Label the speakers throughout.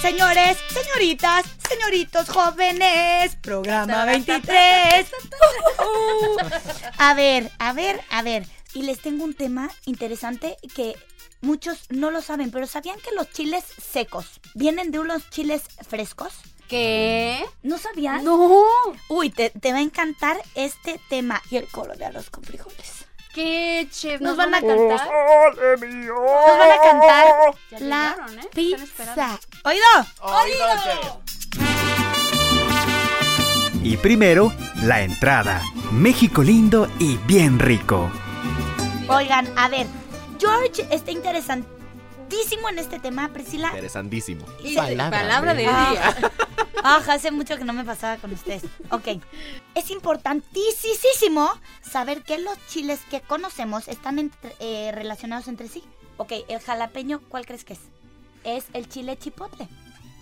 Speaker 1: Señores, señoritas, señoritos jóvenes, programa 23. A ver, a ver, a ver. Y les tengo un tema interesante que muchos no lo saben, pero ¿sabían que los chiles secos vienen de unos chiles frescos?
Speaker 2: ¿Qué?
Speaker 1: ¿No sabían?
Speaker 2: No.
Speaker 1: Uy, te, te va a encantar este tema y el colorearlos con frijoles.
Speaker 2: ¿Qué, chef?
Speaker 1: Nos van a cantar. Nos van a cantar la
Speaker 2: Ya llegaron, ¿eh? Están
Speaker 1: pizza.
Speaker 2: esperando.
Speaker 1: ¿Oído? ¡Oído!
Speaker 3: Y primero, la entrada. México lindo y bien rico.
Speaker 1: Oigan, a ver, George está interesantísimo en este tema, Priscila.
Speaker 4: Interesantísimo.
Speaker 2: Y-
Speaker 5: Palabra
Speaker 2: palabra del
Speaker 1: Ah.
Speaker 2: día.
Speaker 1: Ajá, hace mucho que no me pasaba con ustedes. Ok. Es importantísimo saber que los chiles que conocemos están entre- eh, relacionados entre sí. Ok, el jalapeño, ¿cuál crees que es? Es el chile chipotle.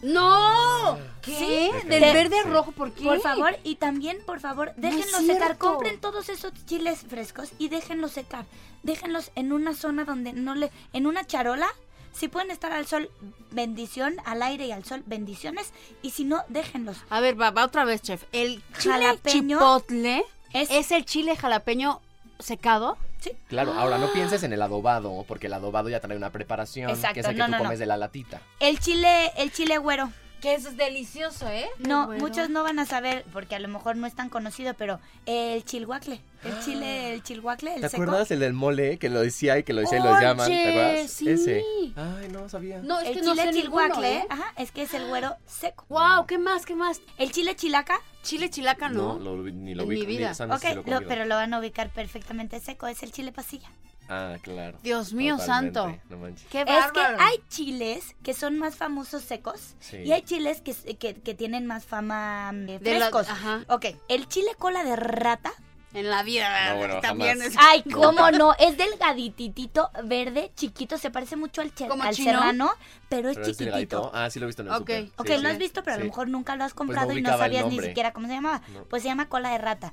Speaker 2: ¡No! ¿Qué?
Speaker 1: Sí.
Speaker 2: Del
Speaker 1: Sí.
Speaker 2: verde a rojo, ¿por qué?
Speaker 1: Por favor, y también, por favor, déjenlos secar.
Speaker 2: cierto.
Speaker 1: Compren todos esos chiles frescos y déjenlos secar. Déjenlos en una zona donde no le... En una charola. Si pueden estar al sol, bendición. Al aire y al sol, bendiciones. Y si no, déjenlos.
Speaker 2: A ver, va, va otra vez, chef. El chile
Speaker 1: Jalapeño.
Speaker 2: chipotle
Speaker 1: Es-
Speaker 2: es... el chile jalapeño secado.
Speaker 4: Claro, ahora no
Speaker 2: Ah.
Speaker 4: pienses en el adobado, porque el adobado ya trae una preparación,
Speaker 1: Exacto,
Speaker 4: que es el que
Speaker 1: no,
Speaker 4: tú
Speaker 1: no, no.
Speaker 4: comes de la latita.
Speaker 1: El chile, el chile güero.
Speaker 2: Que eso es delicioso, ¿eh?
Speaker 1: No, muchos no van a saber, porque a lo mejor no es tan conocido, pero el chilhuacle. El chile, el chilhuacle, el
Speaker 4: ¿Te
Speaker 1: seco.
Speaker 4: acuerdas el del mole que lo decía y que lo decía y lo Pues llaman? ¿Te acuerdas?
Speaker 2: Sí.
Speaker 4: Ese. Ay, no sabía.
Speaker 2: No, es
Speaker 1: El
Speaker 2: que no
Speaker 1: chile
Speaker 2: sé ninguno,
Speaker 1: chilhuacle,
Speaker 2: ¿eh?
Speaker 1: ajá, es que es el güero seco.
Speaker 2: Wow, ¿qué más? ¿Qué más?
Speaker 1: El chile chilaca,
Speaker 2: Chile chilaca, ¿no?
Speaker 4: lo- ni lo
Speaker 2: En
Speaker 4: vi.
Speaker 2: mi vida.
Speaker 1: ok, lo- pero lo van a ubicar perfectamente seco, es el chile pasilla.
Speaker 4: Ah, claro.
Speaker 2: Dios mío
Speaker 4: Totalmente,
Speaker 2: santo.
Speaker 4: No manches.
Speaker 2: Qué
Speaker 1: Es que
Speaker 2: bárbaro.
Speaker 1: hay chiles que son más famosos secos
Speaker 4: Sí.
Speaker 1: y hay chiles que, que- que tienen más fama eh,
Speaker 2: De la-
Speaker 1: frescos.
Speaker 2: ajá.
Speaker 1: Ok, el chile cola de rata
Speaker 2: En la vida
Speaker 4: No, bueno,
Speaker 2: Ah, también
Speaker 4: jamás.
Speaker 2: es
Speaker 1: Ay, cómo no, es delgadititito, verde, chiquito, se parece mucho al, cher-
Speaker 2: ¿Como
Speaker 1: al
Speaker 2: chino?
Speaker 1: serrano, pero es
Speaker 4: Pero es delgadito.
Speaker 1: chiquitito.
Speaker 4: Ah, sí lo he visto en el
Speaker 2: Ok.
Speaker 4: súper.
Speaker 1: Ok,
Speaker 4: Sí,
Speaker 1: lo
Speaker 4: sí.
Speaker 1: has visto, pero a lo
Speaker 4: Sí. Pues
Speaker 1: mejor nunca lo has
Speaker 4: no
Speaker 1: comprado y no
Speaker 4: ubicaba el
Speaker 1: sabías ni
Speaker 4: nombre.
Speaker 1: siquiera cómo se llamaba.
Speaker 4: No.
Speaker 1: Pues se llama cola de rata.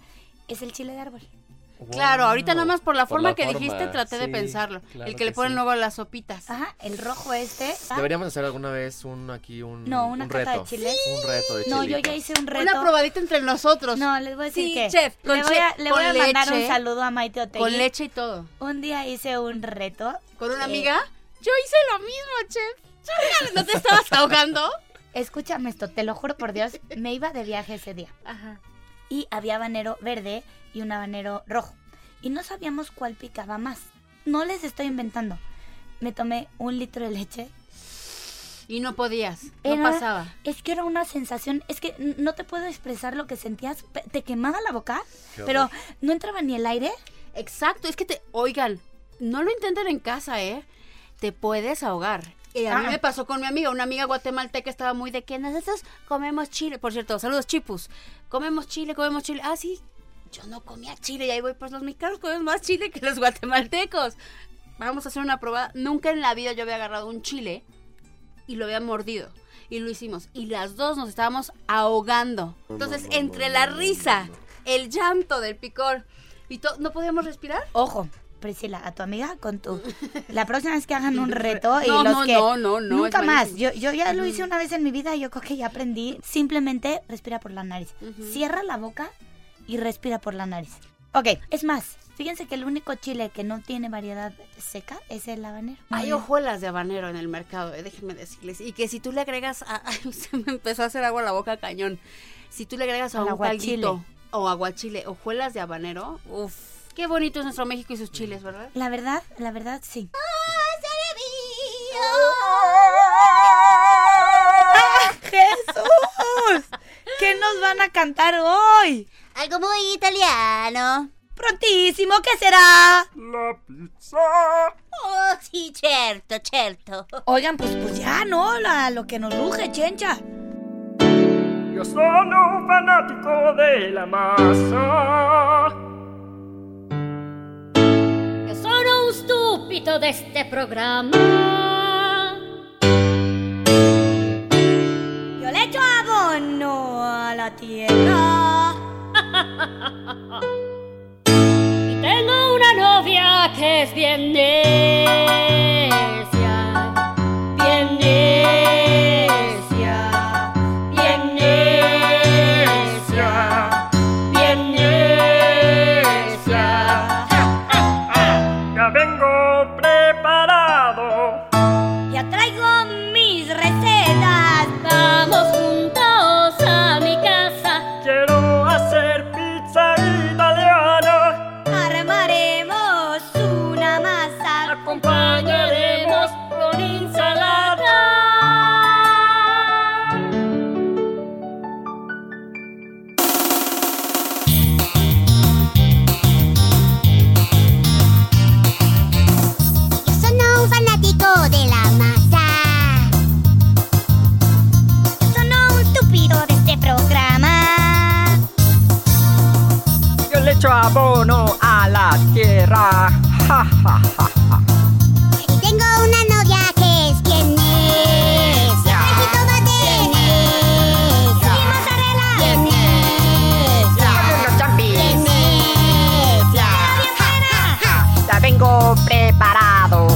Speaker 1: Es el chile de árbol.
Speaker 2: Claro, ahorita nada más por la
Speaker 4: Por
Speaker 2: forma
Speaker 4: la
Speaker 2: que
Speaker 4: forma,
Speaker 2: dijiste traté de
Speaker 4: sí,
Speaker 2: pensarlo.
Speaker 4: claro
Speaker 2: el que le
Speaker 4: que
Speaker 2: ponen
Speaker 4: sí.
Speaker 2: luego a las sopitas.
Speaker 1: Ajá, el rojo este. ah,
Speaker 4: Deberíamos hacer alguna vez un aquí un
Speaker 1: No, una
Speaker 4: un
Speaker 1: cata de
Speaker 4: reto.
Speaker 1: chiles.
Speaker 4: Un reto de
Speaker 1: no, yo
Speaker 4: chilitos.
Speaker 1: ya hice un reto.
Speaker 2: Una probadita entre nosotros.
Speaker 1: No, les voy a decir
Speaker 2: Sí,
Speaker 1: que
Speaker 2: chef, con
Speaker 1: le voy a,
Speaker 2: chef,
Speaker 1: le voy
Speaker 2: con
Speaker 1: a mandar un
Speaker 2: leche.
Speaker 1: saludo a Maite Otegui.
Speaker 2: Con leche y todo.
Speaker 1: Un día hice un reto.
Speaker 2: ¿Con una
Speaker 1: Eh,
Speaker 2: amiga? Yo hice lo mismo, chef. Chócale, ¿No te estabas ahogando?
Speaker 1: Escúchame esto, te lo juro por Dios, me iba de viaje ese día.
Speaker 2: Ajá.
Speaker 1: y había habanero verde y un habanero rojo. Y no sabíamos cuál picaba más. No les estoy inventando. Me tomé un litro de leche.
Speaker 2: Y no podías.
Speaker 1: Era-
Speaker 2: No pasaba.
Speaker 1: Es que era una sensación, es que n- no te puedo expresar lo que sentías. Pe- Te quemaba la boca,
Speaker 4: Qué
Speaker 1: pero
Speaker 4: horror.
Speaker 1: no entraba ni el aire.
Speaker 2: Exacto, es que te. Oigan, no lo intenten en casa, ¿eh? Te puedes ahogar. Eh, a mí
Speaker 1: Ah.
Speaker 2: me pasó con mi amiga, una amiga guatemalteca estaba muy de que nosotros comemos chile. Por cierto, saludos chipus. Comemos chile, comemos chile. Ah, sí, yo no comía chile y ahí voy, pues los mexicanos comemos más chile que los guatemaltecos. Vamos a hacer una probada. Nunca en la vida yo había agarrado un chile y lo había mordido. Y lo hicimos. Y las dos nos estábamos ahogando. Entonces, entre la risa, el llanto del picor y todo, ¿no podíamos respirar?
Speaker 1: Ojo, Priscila, a tu amiga con tu... La próxima vez que hagan un reto y
Speaker 2: No,
Speaker 1: los
Speaker 2: no,
Speaker 1: que...
Speaker 2: no, no, no,
Speaker 1: Nunca
Speaker 2: es
Speaker 1: más. Yo,
Speaker 2: malísimo.
Speaker 1: yo ya lo hice una vez en mi vida y yo creo que ya aprendí. Simplemente respira por la nariz. Cierra la boca y respira por la nariz. Ok, es más, fíjense que el único chile que no tiene variedad seca es el habanero.
Speaker 2: Hay hojuelas de habanero en el mercado, eh, déjenme decirles. Y que si ah, tú le agregas a... ay, se me empezó a hacer agua la boca cañón. Si tú le agregas a
Speaker 1: Al
Speaker 2: un
Speaker 1: aguachile.
Speaker 2: caldito o aguachile, hojuelas de habanero. Uf, qué bonito es nuestro México y sus chiles, ¿verdad?
Speaker 1: La verdad, la verdad, sí. ¡Ah, ¡Jesús! ¿Qué nos van a cantar hoy?
Speaker 5: Algo muy italiano.
Speaker 1: Prontísimo, ¿qué será?
Speaker 5: Oh, sí, cierto, cierto.
Speaker 1: Oigan, pues, pues ya, ¿no? La- lo que nos ruge, chencha.
Speaker 6: Io sono un fanatico della massa.
Speaker 7: Io sono un stupido de este programa.
Speaker 1: Yo le echo abono a la tierra.
Speaker 7: Y tengo una novia que es bien necia. Bien necia. Bien necia. Bien necia.
Speaker 6: Ya vengo preparado.
Speaker 1: Ya traigo mis recetas.
Speaker 7: Vamos juntos a mi casa.
Speaker 6: Quiero hacer pizza italiana.
Speaker 1: Armaremos una masa.
Speaker 7: Acompañaremos con ensalada.
Speaker 5: Yo sono un fanático de la masa. Yo sono un estúpido de este programa.
Speaker 6: Yo le echo abono a la tierra. Ja, ja, ja.
Speaker 5: Y tengo una novia que es bien necia. Trae jitomate. Bien necia. Y mozzarella. Bien necia.
Speaker 6: Unos champis.
Speaker 5: Bien necia. Ja, ja, ja.
Speaker 6: Ya vengo preparado.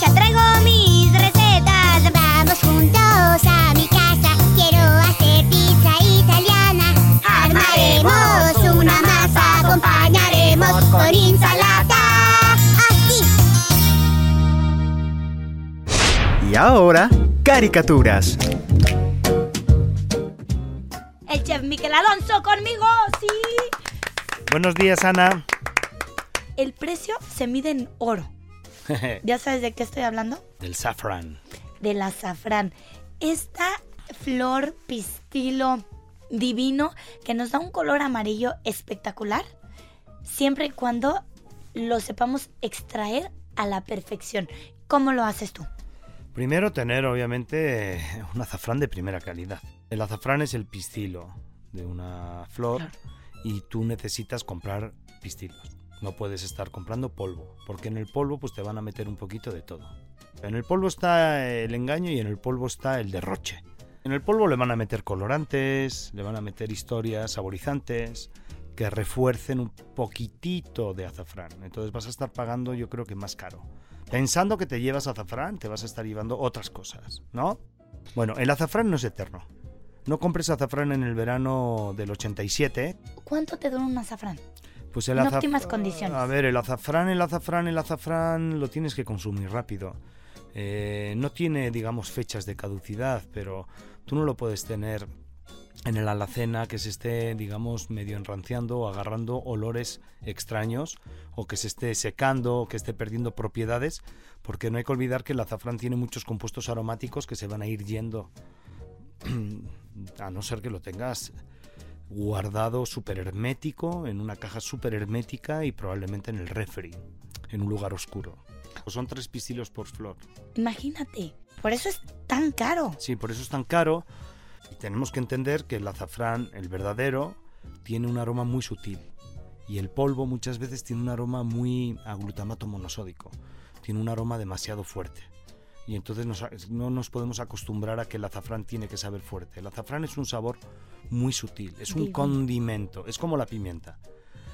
Speaker 5: Ya traigo mis recetas. Vamos juntos a mi casa. Quiero hacer pizza italiana. Armaremos una masa. Acompañaremos con ensalada. Así.
Speaker 3: Y ahora, caricaturas.
Speaker 1: El chef Miquel Alonso conmigo, sí.
Speaker 8: Buenos días, Ana.
Speaker 1: El precio se mide en oro. ¿Ya sabes de qué estoy hablando?
Speaker 8: Del saffron.
Speaker 1: Del azafrán. Esta flor pistilo divino que nos da un color amarillo espectacular. Siempre y cuando lo sepamos extraer a la perfección. ¿Cómo lo haces tú?
Speaker 8: Primero tener, obviamente, eh, un azafrán de primera calidad. El azafrán es el pistilo de una flor y tú necesitas comprar pistilos. No puedes estar comprando polvo, porque en el polvo pues te van a meter un poquito de todo. En el polvo está el engaño y en el polvo está el derroche. En el polvo le van a meter colorantes, le van a meter historias saborizantes que refuercen un poquitito de azafrán. Entonces vas a estar pagando yo creo que más caro pensando que te llevas azafrán, te vas a estar llevando otras cosas, ¿no? Bueno, el azafrán no es eterno. No compres azafrán en el verano del 87,
Speaker 1: ¿Cuánto te dura un azafrán?
Speaker 8: pues el
Speaker 1: En
Speaker 8: azaf-
Speaker 1: óptimas condiciones.
Speaker 8: A ver, el azafrán, el azafrán, el azafrán lo tienes que consumir rápido. Eh, no tiene, digamos, fechas de caducidad, pero tú no lo puedes tener en el alacena que se esté, digamos, medio enranciando o agarrando olores extraños o que se esté secando o que esté perdiendo propiedades, porque no hay que olvidar que el azafrán tiene muchos compuestos aromáticos que se van a ir yendo, a no ser que lo tengas guardado súper hermético, en una caja súper hermética y probablemente en el refri, en un lugar oscuro. Pues son tres pistilos por flor.
Speaker 1: Imagínate. Por eso es tan caro.
Speaker 8: Sí, por eso es tan caro. Y tenemos que entender que el azafrán, el verdadero, tiene un aroma muy sutil. Y el polvo muchas veces tiene un aroma muy a glutamato monosódico. Tiene un aroma demasiado fuerte. Y entonces nos- no nos podemos acostumbrar a que el azafrán tiene que saber fuerte. El azafrán es un sabor muy sutil, es un
Speaker 1: Divino.
Speaker 8: condimento, es como la pimienta.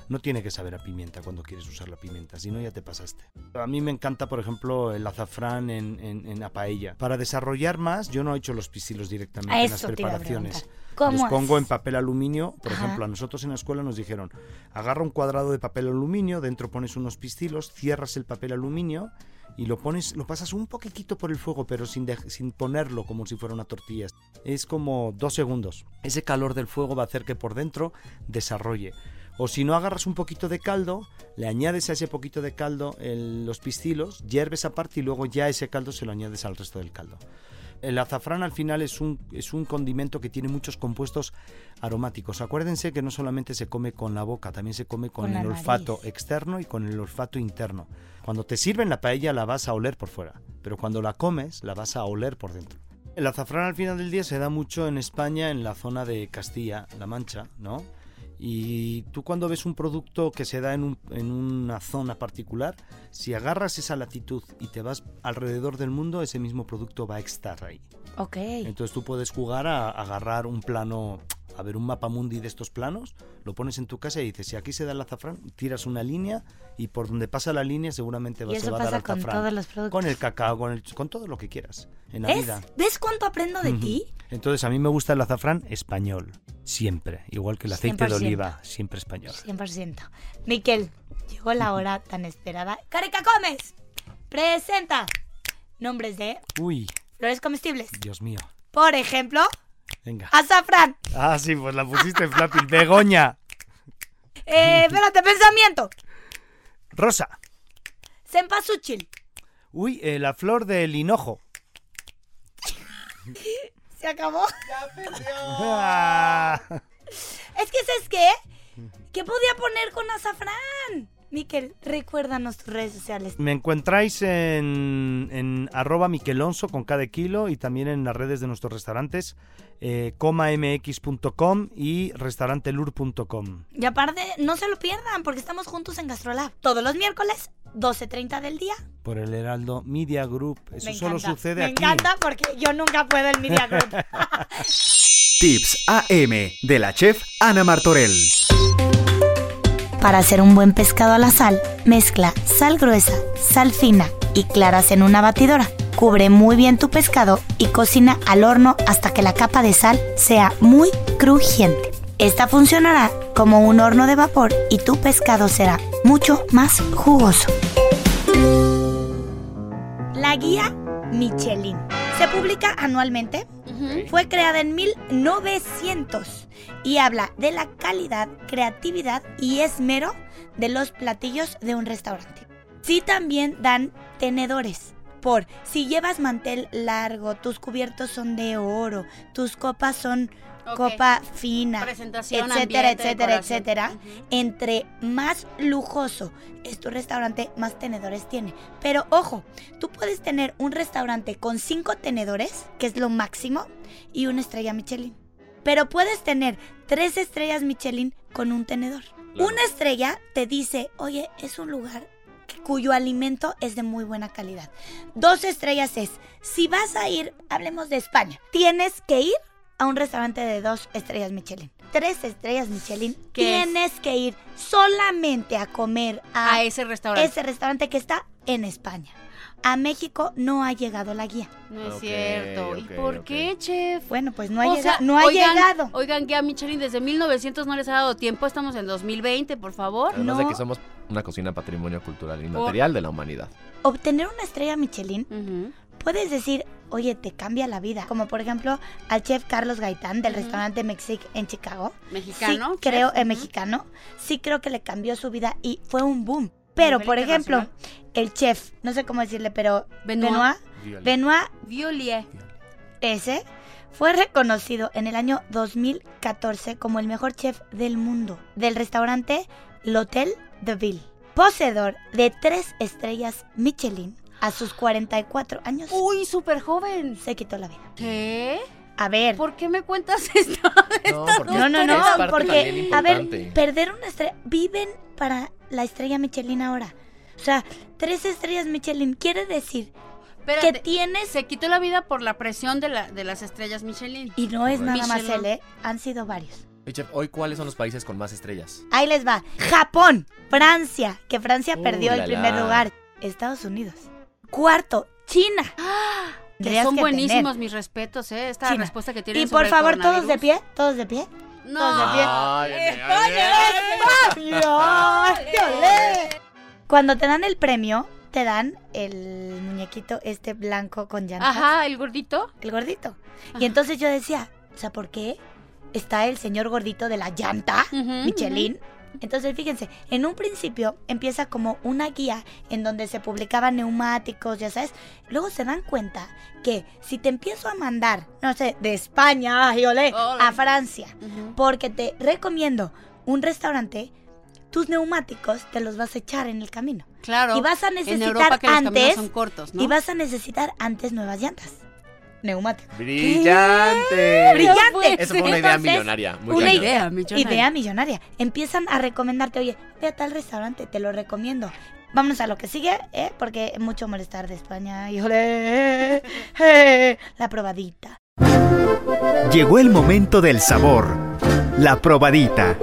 Speaker 8: No tiene que saber a pimienta cuando quieres usar la pimienta, si no ya te pasaste. A mí me encanta, por ejemplo, el azafrán en, en, en la paella. Para desarrollar más, yo no he hecho los pistilos directamente
Speaker 1: A
Speaker 8: en las
Speaker 1: eso te iba a
Speaker 8: preparaciones.
Speaker 1: preguntar. ¿Cómo
Speaker 8: Los pongo en
Speaker 1: haces?
Speaker 8: papel aluminio. Por
Speaker 1: Ajá.
Speaker 8: ejemplo, a nosotros en la escuela nos dijeron, agarra un cuadrado de papel aluminio, dentro pones unos pistilos, cierras el papel aluminio y lo pones, lo pasas un poquitito por el fuego, pero sin, dej- sin ponerlo como si fuera una tortilla. Es como dos segundos. Ese calor del fuego va a hacer que por dentro desarrolle. O si no agarras un poquito de caldo, le añades a ese poquito de caldo el- los pistilos, hierves aparte y luego ya ese caldo se lo añades al resto del caldo. El azafrán al final es un, es un condimento que tiene muchos compuestos aromáticos. Acuérdense que no solamente se come con la boca, también se come con,
Speaker 1: Con la
Speaker 8: el
Speaker 1: nariz.
Speaker 8: olfato externo y con el olfato interno. Cuando te sirven la paella la vas a oler por fuera, pero cuando la comes la vas a oler por dentro. El azafrán al final del día se da mucho en España, en la zona de Castilla-La Mancha, ¿no? Y tú cuando ves un producto que se da en, un- en una zona particular, si agarras esa latitud y te vas alrededor del mundo, ese mismo producto va a estar ahí.
Speaker 1: Ok.
Speaker 8: Entonces tú puedes jugar a agarrar un plano, a ver, un mapa mundi de estos planos, lo pones en tu casa y dices, si aquí se da el azafrán, tiras una línea y por donde pasa la línea seguramente va,
Speaker 1: Y
Speaker 8: se
Speaker 1: eso
Speaker 8: va a dar
Speaker 1: pasa con
Speaker 8: azafrán.
Speaker 1: todos los productos.
Speaker 8: Con el cacao, con, el- con todo lo que quieras en la
Speaker 1: ¿Ves?
Speaker 8: vida.
Speaker 1: ¿Ves cuánto aprendo de
Speaker 8: Ujú.
Speaker 1: ti?
Speaker 8: Entonces a mí me gusta el azafrán español, siempre, igual que el aceite de
Speaker 1: 100%.
Speaker 8: oliva, siempre español.
Speaker 1: 100%. Miquel, llegó la hora tan esperada. ¡Careca Gómez! Presenta nombres de
Speaker 8: Uy,
Speaker 1: flores comestibles.
Speaker 8: Dios mío,
Speaker 1: Por ejemplo,
Speaker 8: venga.
Speaker 1: azafrán.
Speaker 8: Ah, sí, pues la pusiste en Flappy. Begoña,
Speaker 1: Eh, espérate, pensamiento.
Speaker 8: rosa.
Speaker 1: Cempasúchil.
Speaker 8: Uy, eh, la flor del hinojo.
Speaker 1: Se acabó. Oh.
Speaker 8: Ah.
Speaker 1: Es que, ¿sabes qué? ¿Qué podía poner con azafrán? Miquel, recuérdanos tus redes sociales.
Speaker 8: Me encontráis en, en arroba miquelonso con cada kilo y también en las redes de nuestros restaurantes, eh, comamx.com y restaurantelur.com.
Speaker 1: Y aparte, no se lo pierdan porque estamos juntos en GastroLab. Todos los miércoles, 12.30 del día.
Speaker 8: Por el Heraldo Media Group. Eso
Speaker 1: Me
Speaker 8: solo
Speaker 1: encanta.
Speaker 8: sucede
Speaker 1: Me
Speaker 8: aquí.
Speaker 1: encanta porque yo nunca puedo el Media Group.
Speaker 3: Tips AM de la chef Ana Martorell.
Speaker 1: Para hacer un buen pescado a la sal, mezcla sal gruesa, sal fina y claras en una batidora. Cubre muy bien tu pescado y cocina al horno hasta que la capa de sal sea muy crujiente. Esta funcionará como un horno de vapor y tu pescado será mucho más jugoso. La guía Michelin se publica anualmente. Fue creada en 1900 y habla de la calidad, creatividad y esmero de los platillos de un restaurante. Sí también dan tenedores. Por si llevas mantel largo, tus cubiertos son de oro, tus copas son
Speaker 2: Ok.
Speaker 1: copa fina,
Speaker 2: Presentación,
Speaker 1: etcétera,
Speaker 2: ambiente,
Speaker 1: etcétera,
Speaker 2: decoración.
Speaker 1: etcétera. Entre más lujoso es tu restaurante, más tenedores tiene. Pero ojo, tú puedes tener un restaurante con cinco tenedores, que es lo máximo, y una estrella Michelin. Pero puedes tener tres estrellas Michelin con un tenedor. Una estrella te dice, oye, es un lugar cuyo alimento es de muy buena calidad. Dos estrellas es, si vas a ir, hablemos de España, tienes que ir a un restaurante de dos estrellas Michelin. Tres estrellas Michelin,
Speaker 2: ¿Qué es?
Speaker 1: tienes que ir solamente a comer a,
Speaker 2: A ese restaurante.
Speaker 1: ese restaurante que está en España. A México no ha llegado la guía.
Speaker 2: No es
Speaker 4: Ok,
Speaker 2: cierto. ¿Y
Speaker 4: ok,
Speaker 2: por
Speaker 4: ok.
Speaker 2: qué, chef?
Speaker 1: Bueno, pues no ha,
Speaker 2: O
Speaker 1: llegado-
Speaker 2: sea,
Speaker 1: no ha
Speaker 2: oigan,
Speaker 1: llegado.
Speaker 2: Oigan, guía Michelin, desde 1900 no les ha dado tiempo. Estamos en 2020, por favor.
Speaker 4: Además de
Speaker 1: No.
Speaker 4: que somos una cocina patrimonio cultural inmaterial de la humanidad.
Speaker 1: Obtener una estrella Michelin
Speaker 4: Ah.
Speaker 2: Ujú.
Speaker 1: puedes decir, oye, te cambia la vida. Como por ejemplo al chef Carlos Gaitán del
Speaker 2: Ujú.
Speaker 1: restaurante Mexic en Chicago.
Speaker 2: Mexicano.
Speaker 1: Sí, creo, eh,
Speaker 2: chef.
Speaker 1: es mexicano. Sí creo que le cambió su vida y fue un boom. Pero,
Speaker 2: nivel
Speaker 1: por ejemplo,
Speaker 2: internacional.
Speaker 1: el chef, no sé cómo decirle, pero
Speaker 2: Benoit.
Speaker 1: Benoit,
Speaker 4: Violeta.
Speaker 1: Benoit
Speaker 2: Violet.
Speaker 1: S fue reconocido en el año 2014 como el mejor chef del mundo del restaurante L'Hôtel de Ville, poseedor de tres estrellas Michelin. A sus 44 años
Speaker 2: Uy, súper joven.
Speaker 1: se quitó la vida.
Speaker 2: ¿Qué?
Speaker 1: A ver,
Speaker 2: ¿Por qué me cuentas esto?
Speaker 4: No, porque
Speaker 1: no, no,
Speaker 4: es
Speaker 1: no,
Speaker 4: parte también
Speaker 1: porque, a
Speaker 4: importante.
Speaker 1: ver, perder una estrella, viven para la estrella Michelin ahora. O sea, tres estrellas Michelin quiere decir que
Speaker 2: Espérate,
Speaker 1: tienes...
Speaker 2: se quitó la vida por la presión de, la, de las estrellas Michelin.
Speaker 1: Y no es nada más
Speaker 2: Michelin.
Speaker 1: él, ¿eh? Han sido varios.
Speaker 4: Oye, chef, hoy cuáles son los países con más estrellas.
Speaker 1: Ahí les va. Japón, Francia, que Francia
Speaker 4: Uh,
Speaker 1: perdió
Speaker 4: la,
Speaker 1: el primer
Speaker 4: la.
Speaker 1: lugar. Estados Unidos. Cuarto, China.
Speaker 2: ¡Ah! Que
Speaker 1: Tendrías
Speaker 2: son
Speaker 1: que
Speaker 2: buenísimos
Speaker 1: tener.
Speaker 2: mis respetos, ¿eh? Esta
Speaker 1: China.
Speaker 2: respuesta que tienen
Speaker 1: Y por
Speaker 2: sobre el
Speaker 1: favor, todos de
Speaker 2: coronavirus.
Speaker 1: pie, todos de pie.
Speaker 2: No.
Speaker 1: Todos de pie.
Speaker 4: Ay, ay, ay,
Speaker 1: ¡España! ¡Olé! Cuando te dan el premio, te dan el muñequito este blanco con llantas.
Speaker 2: Ajá, el gordito.
Speaker 1: El gordito.
Speaker 2: Ajá.
Speaker 1: Y entonces yo decía, o sea, ¿por qué está el señor gordito de la llanta,
Speaker 2: Ujú,
Speaker 1: Michelin? Entonces, fíjense, en un principio empieza como una guía en donde se publicaban neumáticos, ya sabes. Luego se dan cuenta que si te empiezo a mandar, no sé, de España, ay, olé,
Speaker 2: Ole.
Speaker 1: a Francia,
Speaker 2: Ujú.
Speaker 1: porque te recomiendo un restaurante, tus neumáticos te los vas a echar en el camino.
Speaker 2: Claro.
Speaker 1: Y vas a
Speaker 2: en
Speaker 1: necesitar
Speaker 2: Europa que los caminos
Speaker 1: antes-
Speaker 2: son cortos, ¿no?
Speaker 1: Y vas a necesitar antes nuevas llantas. Neumáticos.
Speaker 4: ¡Brillante!
Speaker 1: ¡Brillante!
Speaker 4: Eso fue una idea
Speaker 1: Entonces,
Speaker 4: millonaria. Muy
Speaker 2: Una
Speaker 4: cañón.
Speaker 2: idea, millonaria.
Speaker 1: Idea millonaria. Empiezan a recomendarte, oye, ve a tal restaurante, te lo recomiendo. Vámonos a lo que sigue, ¿eh? porque mucho molestar de España. Y olé, eh, la probadita.
Speaker 3: Llegó el momento del sabor. La probadita.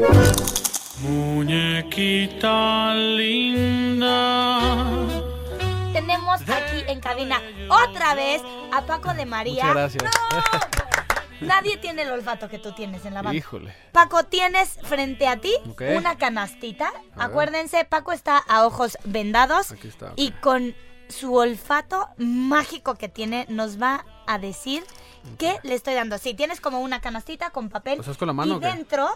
Speaker 9: Muñequita linda.
Speaker 1: Tenemos aquí en cabina otra vez a Paco de María.
Speaker 9: Muchas gracias.
Speaker 1: ¡No! Nadie tiene el olfato que tú tienes en la banda.
Speaker 9: Híjole.
Speaker 1: Paco, tienes frente a ti
Speaker 9: Ok.
Speaker 1: una canastita.
Speaker 9: ver.
Speaker 1: Acuérdense, Paco está a ojos vendados
Speaker 9: Aquí está.
Speaker 1: y con su olfato mágico que tiene nos va a decir qué le estoy dando. Si tienes como una canastita con papel
Speaker 9: ¿Lo haces con la mano
Speaker 1: y
Speaker 9: o qué?
Speaker 1: dentro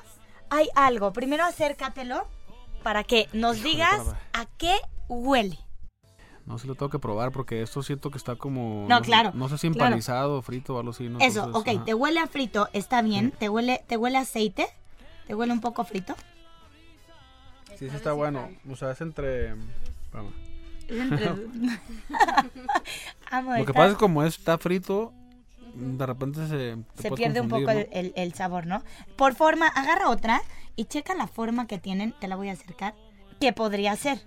Speaker 1: hay algo. Primero acércatelo para que nos digas
Speaker 9: espérame.
Speaker 1: a qué huele.
Speaker 9: No, sí lo tengo que probar porque esto siento que está como.
Speaker 1: No,
Speaker 9: sé-
Speaker 1: claro,
Speaker 9: No sé si
Speaker 1: claro.
Speaker 9: empanizado o frito o algo así. ¿no?
Speaker 1: Eso, ok,
Speaker 9: Entonces, ajá.
Speaker 1: te huele a frito, está bien. Te huele, te huele a aceite, te huele un poco frito.
Speaker 9: Sí, sí está bueno. O sea, es entre. espérame.
Speaker 1: Amo
Speaker 9: Lo que
Speaker 1: esta-
Speaker 9: pasa es como es, está frito, de repente se. te
Speaker 1: se
Speaker 9: puedes
Speaker 1: pierde un
Speaker 9: confundir,
Speaker 1: poco el, el-
Speaker 9: ¿no?
Speaker 1: el sabor, ¿no? Mm. Por forma, agarra otra y checa la forma que tienen, te la voy a acercar, que podría ser.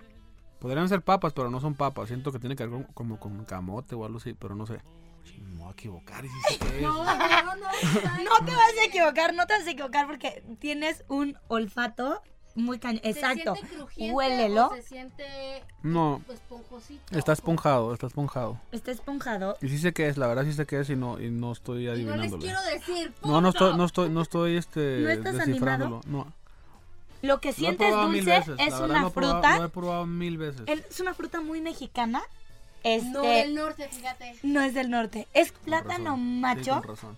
Speaker 9: Podrían ser papas, pero no son papas. Siento que tiene que ver con, como con camote o algo así, pero no sé. Sí, Me voy a equivocar. y sí sé qué es.
Speaker 1: No te vas a equivocar, no te vas a equivocar porque tienes un olfato muy cañón. Exacto, huélelo.
Speaker 2: Se siente
Speaker 9: No,
Speaker 1: Pues
Speaker 2: esponjosito.
Speaker 9: está esponjado, está esponjado.
Speaker 1: Está esponjado.
Speaker 9: Y sí sé qué es, la verdad sí sé qué es y no, y no estoy adivinándolo.
Speaker 2: decir.
Speaker 9: No, no estoy, no estoy, no estoy, este,
Speaker 1: ¿No estás
Speaker 9: descifrándolo. No.
Speaker 1: Lo que
Speaker 9: Lo he
Speaker 1: sientes
Speaker 9: probado mil
Speaker 1: dulce
Speaker 9: veces,
Speaker 1: es
Speaker 9: la verdad, lo
Speaker 1: una
Speaker 9: he probado- Lo
Speaker 1: fruta.
Speaker 9: he probado mil veces.
Speaker 1: Es una fruta muy mexicana. Este,
Speaker 2: No, del norte, fíjate.
Speaker 1: no es del norte. Es
Speaker 9: Con
Speaker 1: plátano
Speaker 9: razón, sí,
Speaker 1: macho.
Speaker 9: con razón.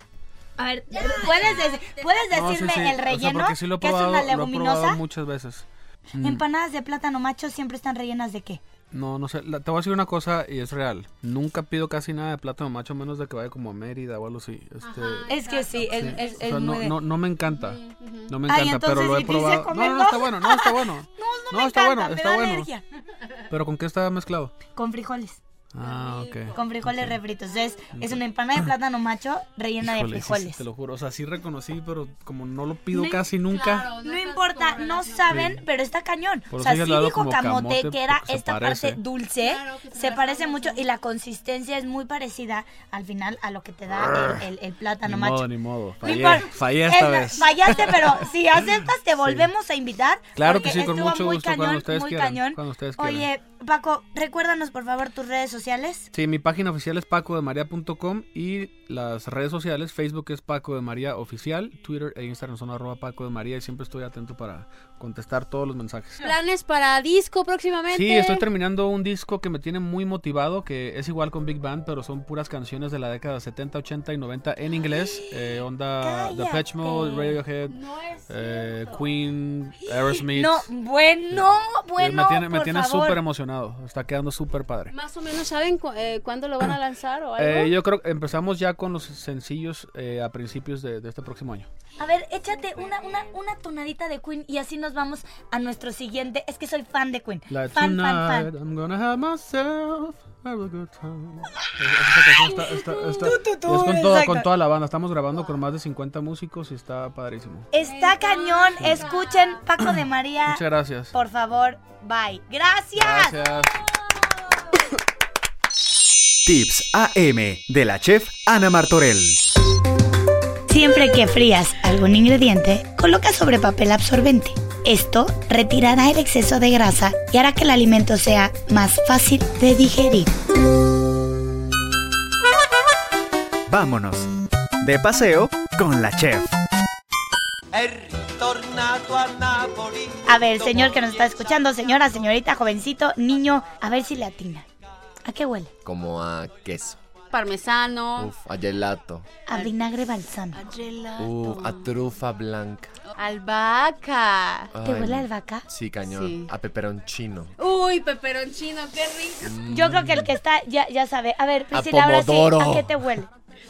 Speaker 1: A ver, ¿puedes, dec- puedes
Speaker 9: No, sí,
Speaker 1: decirme
Speaker 9: sí, o
Speaker 1: el
Speaker 9: sea,
Speaker 1: relleno?
Speaker 9: porque sí lo he
Speaker 1: que es una
Speaker 9: probado- lo he probado
Speaker 1: leguminosa.
Speaker 9: muchas veces. Mm,
Speaker 1: Empanadas de plátano macho siempre están rellenas de qué?
Speaker 9: No, no sé. la- te voy a decir una cosa y es real. Nunca pido casi nada de plátano macho, menos de que vaya como a Mérida o algo así. Este,
Speaker 1: Es que sí, es,
Speaker 9: sí,
Speaker 1: es,
Speaker 9: o
Speaker 1: es
Speaker 9: sea,
Speaker 1: muy
Speaker 9: no,
Speaker 1: de-
Speaker 9: no, no me encanta. No me
Speaker 1: Ay,
Speaker 9: encanta, pero
Speaker 1: entonces sí
Speaker 9: lo he
Speaker 1: te hice
Speaker 9: probado. No, no,
Speaker 1: comerlo.
Speaker 9: no, está bueno, no, está bueno.
Speaker 1: No, no,
Speaker 9: No,
Speaker 1: me
Speaker 9: está
Speaker 1: encanta,
Speaker 9: bueno,
Speaker 1: me
Speaker 9: está
Speaker 1: da
Speaker 9: bueno.
Speaker 1: alergia.
Speaker 9: Pero ¿con qué está mezclado?
Speaker 1: Con frijoles,
Speaker 9: Ah, ok.
Speaker 1: con frijoles refritos. Es, es una empanada de plátano macho rellena de
Speaker 9: Híjole, sí, sí,
Speaker 1: frijoles.
Speaker 9: te lo juro, o sea, sí reconocí, pero como no lo pido
Speaker 1: No,
Speaker 9: casi nunca.
Speaker 1: No importa, no saben, pero está cañón.
Speaker 9: Por
Speaker 1: o
Speaker 9: eso
Speaker 1: sea, sí
Speaker 9: yo le hablo
Speaker 1: dijo
Speaker 9: como
Speaker 1: camote,
Speaker 9: camote,
Speaker 1: que era
Speaker 9: porque se
Speaker 1: esta
Speaker 9: parece.
Speaker 1: parte dulce. se parece mucho y la consistencia es muy parecida al final a lo que te da el, el- el plátano
Speaker 9: ni
Speaker 1: macho.
Speaker 9: modo, ni modo. Fallé,
Speaker 1: importa.
Speaker 9: fallé esta
Speaker 1: Es-
Speaker 9: vez.
Speaker 1: Fallaste, pero si aceptas, te volvemos a invitar.
Speaker 9: Claro que
Speaker 1: porque
Speaker 9: sí, con
Speaker 1: estuvo
Speaker 9: mucho
Speaker 1: muy
Speaker 9: gusto,
Speaker 1: cañón,
Speaker 9: cuando ustedes
Speaker 1: muy
Speaker 9: quieran,
Speaker 1: cañón.
Speaker 9: cuando ustedes quieran.
Speaker 1: Oye, Paco, recuérdanos por favor tus redes sociales.
Speaker 9: Sí, mi página oficial es pacodemaria.com y las redes sociales, Facebook es Paco de María Oficial, Twitter e Instagram son arroba Paco de María y siempre estoy atento para contestar todos los mensajes.
Speaker 2: Planes para disco próximamente.
Speaker 9: Sí, estoy terminando un disco que me tiene muy motivado, que es igual con Big Band, pero son puras canciones de la década 70, 80 y 90 en inglés. eh, onda The Patch Mode, Radiohead, eh, Queen, Aerosmith.
Speaker 1: No, bueno,
Speaker 9: Eh,
Speaker 1: bueno,
Speaker 9: me tiene, me
Speaker 1: por
Speaker 9: tiene
Speaker 1: favor.
Speaker 9: súper emocionado, está quedando súper padre.
Speaker 2: Más o menos saben cu- eh, cuándo lo van a lanzar o algo.
Speaker 9: Eh, yo creo que empezamos ya con los sencillos eh, a principios de, de este próximo año.
Speaker 1: A ver, échate una, una, una tonadita de Queen y así nos vamos a nuestro siguiente. Es que soy fan de Queen.
Speaker 9: La de
Speaker 1: fan, fan, fan.
Speaker 9: Tonight I'm gonna have myself a real good time. Es- esa canción está- está- está-
Speaker 1: tú,
Speaker 9: es con, toda,
Speaker 1: exacto.
Speaker 9: con toda la banda. Estamos grabando con más de 50 músicos y está padrísimo.
Speaker 1: Está cañón. Escuchen, Paco de María.
Speaker 9: Muchas gracias.
Speaker 1: Por favor, bye. Gracias.
Speaker 9: Gracias.
Speaker 3: Tips AM de la chef Ana Martorell.
Speaker 1: Siempre que frías algún ingrediente, coloca sobre papel absorbente. Esto retirará el exceso de grasa y hará que el alimento sea más fácil de digerir.
Speaker 3: Vámonos. De paseo con la chef.
Speaker 1: A ver, señor que nos está escuchando, señora, señorita, jovencito, niño, a ver si le atina. ¿A qué huele?
Speaker 4: Como a queso.
Speaker 2: Parmesano.
Speaker 4: Uf, a gelato.
Speaker 1: A vinagre balsámico.
Speaker 4: Uf, a trufa blanca.
Speaker 2: Albahaca.
Speaker 1: ¿Te
Speaker 4: Ay,
Speaker 1: huele a albahaca?
Speaker 4: Sí, cañón.
Speaker 1: Sí.
Speaker 4: A peperoncino.
Speaker 2: Uy, peperoncino, qué rico.
Speaker 1: Yo creo que el que está ya, ya sabe. A ver,
Speaker 4: A
Speaker 1: Priscila, ahora sí, ¿a
Speaker 4: pomodoro.
Speaker 1: qué te huele?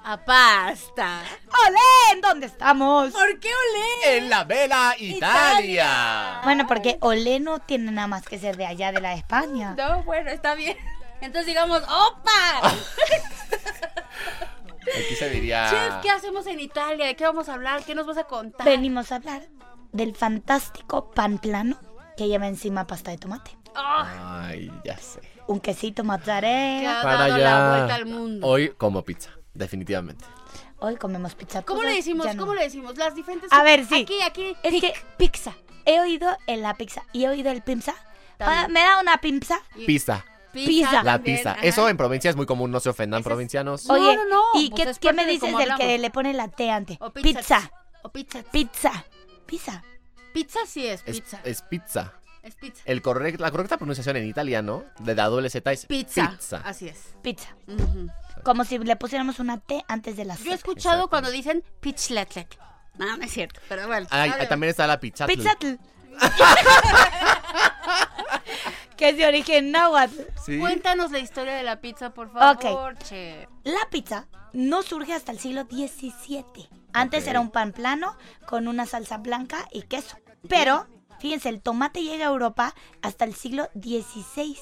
Speaker 2: A pasta.
Speaker 1: ¡Olé! ¿En dónde estamos?
Speaker 2: ¿Por qué olé?
Speaker 4: En la vela Italia.
Speaker 1: Bueno, porque olé no tiene nada más que ser de allá de la España.
Speaker 2: No, bueno, está bien. Entonces digamos, ¡opa!
Speaker 4: Aquí se diría.
Speaker 1: Ah.
Speaker 2: Chef, ¿qué hacemos en Italia? ¿De qué vamos a hablar? ¿Qué nos vas a contar?
Speaker 1: Venimos a hablar del fantástico pan plano que lleva encima pasta de tomate.
Speaker 4: Ay, ya sé.
Speaker 1: Un quesito
Speaker 2: Que
Speaker 1: mozzarella.
Speaker 2: ha
Speaker 4: Para
Speaker 2: dado la
Speaker 4: allá.
Speaker 2: vuelta al mundo.
Speaker 4: Hoy como pizza, definitivamente.
Speaker 1: Hoy comemos pizza.
Speaker 2: ¿Cómo
Speaker 1: cruda,
Speaker 2: le decimos?
Speaker 1: ya no.
Speaker 2: ¿Cómo le decimos? Las diferentes.
Speaker 1: A ver, sí.
Speaker 2: Aquí, aquí.
Speaker 1: Es que pizza. He oído en la pizza y he oído el pimsa. Pa- ¿Me da una pimsa?
Speaker 4: Pizza.
Speaker 1: Pizza.
Speaker 4: La pizza.
Speaker 2: Ah,
Speaker 4: Eso en provincia es muy común, no se ofendan, provincianos.
Speaker 2: No,
Speaker 1: Oye,
Speaker 2: no, no,
Speaker 1: ¿y
Speaker 2: pues
Speaker 1: qué,
Speaker 2: es
Speaker 1: qué
Speaker 2: parte
Speaker 1: me
Speaker 2: de
Speaker 1: dices
Speaker 2: cómo
Speaker 1: del
Speaker 2: hablamos.
Speaker 1: que le pone la T antes?
Speaker 2: O pizza.
Speaker 1: Pizza.
Speaker 2: O pizza.
Speaker 1: Pizza. Pizza.
Speaker 2: Pizza sí es
Speaker 4: Es,
Speaker 2: pizza. Es,
Speaker 4: es pizza.
Speaker 2: pizza.
Speaker 4: El correct, la correcta pronunciación en italiano de la doble Z es
Speaker 2: Pizza.
Speaker 4: pizza.
Speaker 2: Así es.
Speaker 1: Pizza.
Speaker 2: Ujú.
Speaker 1: Como si le pusiéramos una T antes de la
Speaker 2: Yo
Speaker 1: Z.
Speaker 2: he escuchado cuando dicen pichletlec. No, no es cierto, pero bueno.
Speaker 4: Ay,
Speaker 2: Dale,
Speaker 4: también está la pizza.
Speaker 1: Pizzatl. que es de origen náhuatl.
Speaker 4: Sí.
Speaker 2: Cuéntanos la historia de la pizza, por favor, che.
Speaker 1: La pizza no surge hasta el siglo XVII. Antes
Speaker 4: Ok.
Speaker 1: era un pan plano con una salsa blanca y queso. Pero, fíjense, el tomate llega a Europa hasta el siglo XVI.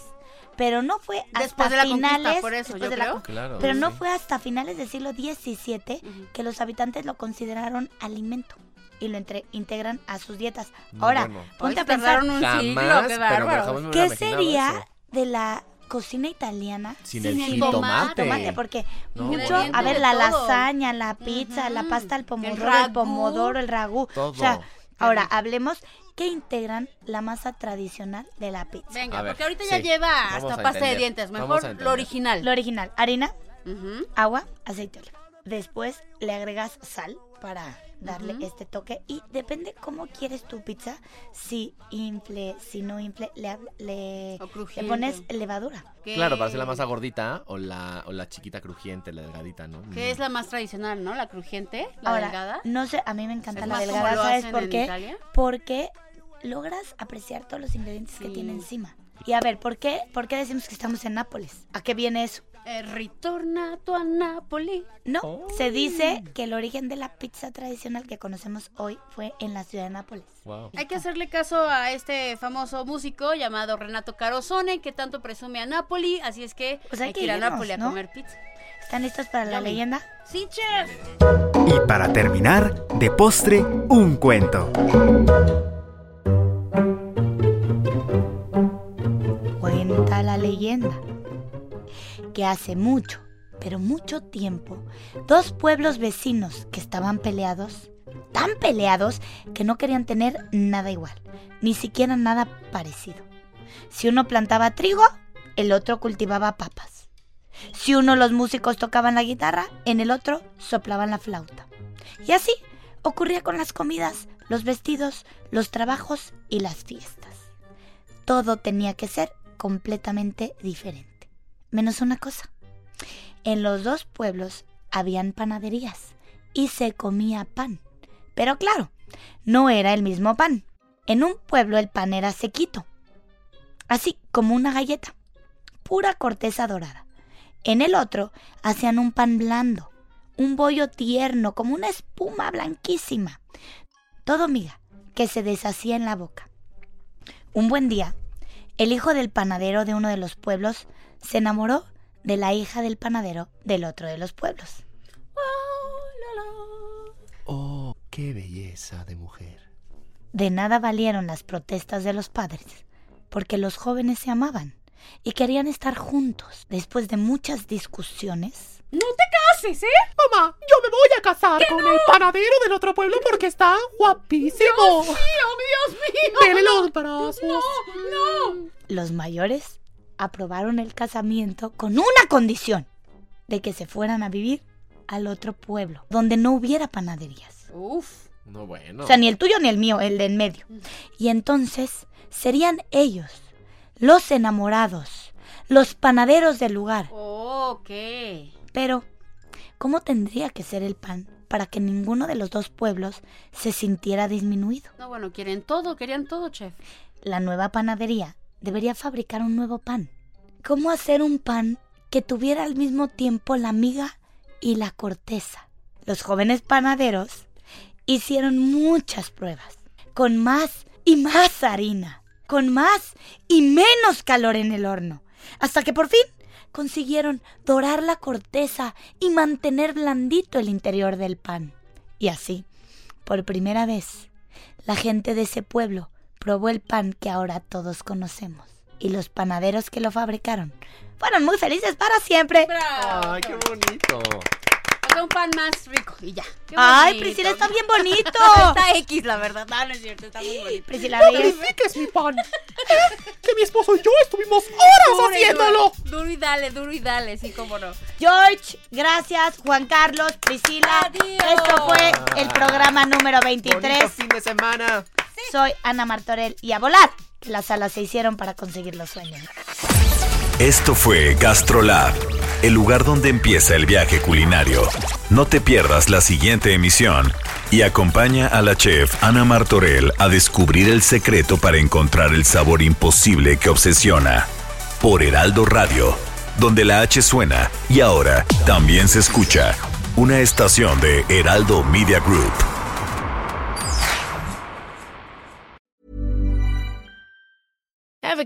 Speaker 1: Pero no fue hasta
Speaker 2: Después de la conquista,
Speaker 1: finales.
Speaker 2: por eso,
Speaker 1: después
Speaker 2: yo
Speaker 1: de la
Speaker 2: creo.
Speaker 1: con-
Speaker 4: Claro.
Speaker 1: pero no
Speaker 4: sí.
Speaker 1: fue hasta finales del siglo XVII que los habitantes lo consideraron alimento y lo entre- integran a sus dietas.
Speaker 4: Muy
Speaker 1: Ahora,
Speaker 4: bueno.
Speaker 1: ponte
Speaker 2: Hoy
Speaker 1: a pensar,
Speaker 2: tardaron un siglo,
Speaker 4: Jamás,
Speaker 2: qué
Speaker 4: pero me
Speaker 2: bárbaro.
Speaker 4: jamás me hubiera
Speaker 1: ¿qué
Speaker 4: imaginado
Speaker 1: sería
Speaker 4: eso.
Speaker 1: de la cocina italiana
Speaker 4: Sin,
Speaker 2: sin
Speaker 4: el
Speaker 2: el
Speaker 4: jitomate.
Speaker 2: tomate,
Speaker 1: tomate, porque
Speaker 4: No,
Speaker 1: mucho,
Speaker 4: bueno.
Speaker 1: a ver,
Speaker 2: De
Speaker 1: la
Speaker 2: todo.
Speaker 1: lasaña, la pizza, la
Speaker 2: Ujú.
Speaker 1: pasta, el
Speaker 2: El
Speaker 1: pomodoro, el,
Speaker 2: ragú.
Speaker 1: pomodoro, el ragú.
Speaker 4: Todo.
Speaker 1: O sea, ahora hablemos que integran la masa tradicional de la pizza.
Speaker 2: Venga,
Speaker 4: A ver,
Speaker 2: porque ahorita ya
Speaker 4: sí.
Speaker 2: lleva
Speaker 4: Vamos
Speaker 2: hasta
Speaker 4: a
Speaker 2: pasta de
Speaker 4: entender,
Speaker 2: dientes.
Speaker 4: vamos a
Speaker 2: Mejor
Speaker 4: entender.
Speaker 2: lo original.
Speaker 1: Lo original, harina,
Speaker 2: Ujú.
Speaker 1: agua, aceite de oliva. Después le agregas sal para darle
Speaker 2: Ujú.
Speaker 1: este toque y depende cómo quieres tu pizza, si infle, si no infle, le, hab- le,
Speaker 2: O
Speaker 1: le
Speaker 2: crujiente.
Speaker 1: pones levadura.
Speaker 2: Que-
Speaker 4: Claro, para hacer la masa gordita o la, o la chiquita crujiente, la delgadita, ¿no?
Speaker 2: Que es la más tradicional, ¿no? La crujiente, la
Speaker 1: Ahora,
Speaker 2: delgada.
Speaker 1: no sé, a mí me encanta
Speaker 2: Es
Speaker 1: la
Speaker 2: más como
Speaker 1: delgada,
Speaker 2: lo
Speaker 1: ¿sabes
Speaker 2: hacen
Speaker 1: por
Speaker 2: en
Speaker 1: qué?
Speaker 2: Italia.
Speaker 1: Porque logras apreciar todos los ingredientes que
Speaker 2: Sí.
Speaker 1: tiene encima. Y a ver, ¿por qué, ¿por qué decimos que estamos en Nápoles? ¿A qué viene eso?
Speaker 2: Eh, ritorna tu a Napoli.
Speaker 1: No, se dice
Speaker 2: Oh.
Speaker 1: que el origen de la pizza tradicional que conocemos hoy fue en la ciudad de Nápoles.
Speaker 4: Wow.
Speaker 2: Hay que hacerle caso a este famoso músico llamado Renato Carosone, que tanto presume a Napoli, así es que
Speaker 1: Pues hay
Speaker 2: hay
Speaker 1: que
Speaker 2: que ir a
Speaker 1: irnos,
Speaker 2: Napoli a
Speaker 1: ¿no?
Speaker 2: comer pizza.
Speaker 1: ¿Están listos para la
Speaker 2: Yummy.
Speaker 1: leyenda?
Speaker 2: Sí, chef.
Speaker 3: Y para terminar, de postre, un cuento.
Speaker 1: Cuenta la leyenda que hace mucho, pero mucho tiempo, dos pueblos vecinos que estaban peleados, tan peleados que no querían tener nada igual, ni siquiera nada parecido. Si uno plantaba trigo, el otro cultivaba papas. Si uno los músicos tocaban la guitarra, en el otro soplaban la flauta. Y así ocurría con las comidas, los vestidos, los trabajos y las fiestas todo tenía que ser completamente diferente. Menos una cosa. En los dos pueblos habían panaderías y se comía pan. Pero claro, no era el mismo pan. En un pueblo el pan era sequito, así como una galleta, pura corteza dorada. En el otro hacían un pan blando, un bollo tierno, como una espuma blanquísima. Todo miga, que se deshacía en la boca. Un buen día, el hijo del panadero de uno de los pueblos se enamoró de la hija del panadero del otro de los pueblos.
Speaker 4: Oh, qué belleza de mujer.
Speaker 1: De nada valieron las protestas de los padres, porque los jóvenes se amaban y querían estar juntos. Después de muchas discusiones,
Speaker 2: ¡No te haces, eh?
Speaker 10: Mamá, yo me voy a casar con el panadero del otro pueblo porque está guapísimo.
Speaker 2: Dios mío, Dios mío.
Speaker 10: Dele los brazos.
Speaker 2: No, no.
Speaker 1: Los mayores aprobaron el casamiento con una condición, de que se fueran a vivir al otro pueblo, donde no hubiera panaderías.
Speaker 2: Uf.
Speaker 4: No, bueno.
Speaker 1: O sea, ni el tuyo ni el mío, el de en medio. Y entonces serían ellos, los enamorados, los panaderos del lugar.
Speaker 2: Ok.
Speaker 1: Pero, ¿cómo tendría que ser el pan para que ninguno de los dos pueblos se sintiera disminuido?
Speaker 2: No, bueno, quieren todo, querían todo, chef.
Speaker 1: La nueva panadería debería fabricar un nuevo pan. ¿Cómo hacer un pan que tuviera al mismo tiempo la miga y la corteza? Los jóvenes panaderos hicieron muchas pruebas, con más y más harina, con más y menos calor en el horno, hasta que por fin consiguieron dorar la corteza y mantener blandito el interior del pan. Y así, por primera vez, la gente de ese pueblo probó el pan que ahora todos conocemos. Y los panaderos que lo fabricaron fueron muy felices para siempre.
Speaker 2: Bravo.
Speaker 4: Ay, qué bonito.
Speaker 2: Haga un pan más rico y ya. Qué
Speaker 1: Ay,
Speaker 2: bonito.
Speaker 1: Priscila, está bien bonito.
Speaker 2: Está X, la verdad. No, no es cierto, está muy bonito.
Speaker 1: Priscila,
Speaker 10: No
Speaker 1: ¿ves?
Speaker 10: critiques mi pan. ¿Eh? Que mi esposo y yo estuvimos horas
Speaker 2: Pobre,
Speaker 10: haciéndolo.
Speaker 2: Duro, duro y dale, duro y dale, sí, cómo no.
Speaker 1: George, gracias. Juan Carlos, Priscila.
Speaker 2: Adiós.
Speaker 1: Esto fue el programa número 23.
Speaker 4: Bonito fin de semana.
Speaker 1: Soy Ana Martorell y a volar, que las alas se hicieron para conseguir los sueños.
Speaker 11: Esto fue GastroLab, el lugar donde empieza el viaje culinario. No te pierdas la siguiente emisión y acompaña a la chef Ana Martorell a descubrir el secreto para encontrar el sabor imposible que obsesiona. Por Heraldo Radio, donde la H suena y ahora también se escucha. Una estación de Heraldo Media Group.
Speaker 12: Ever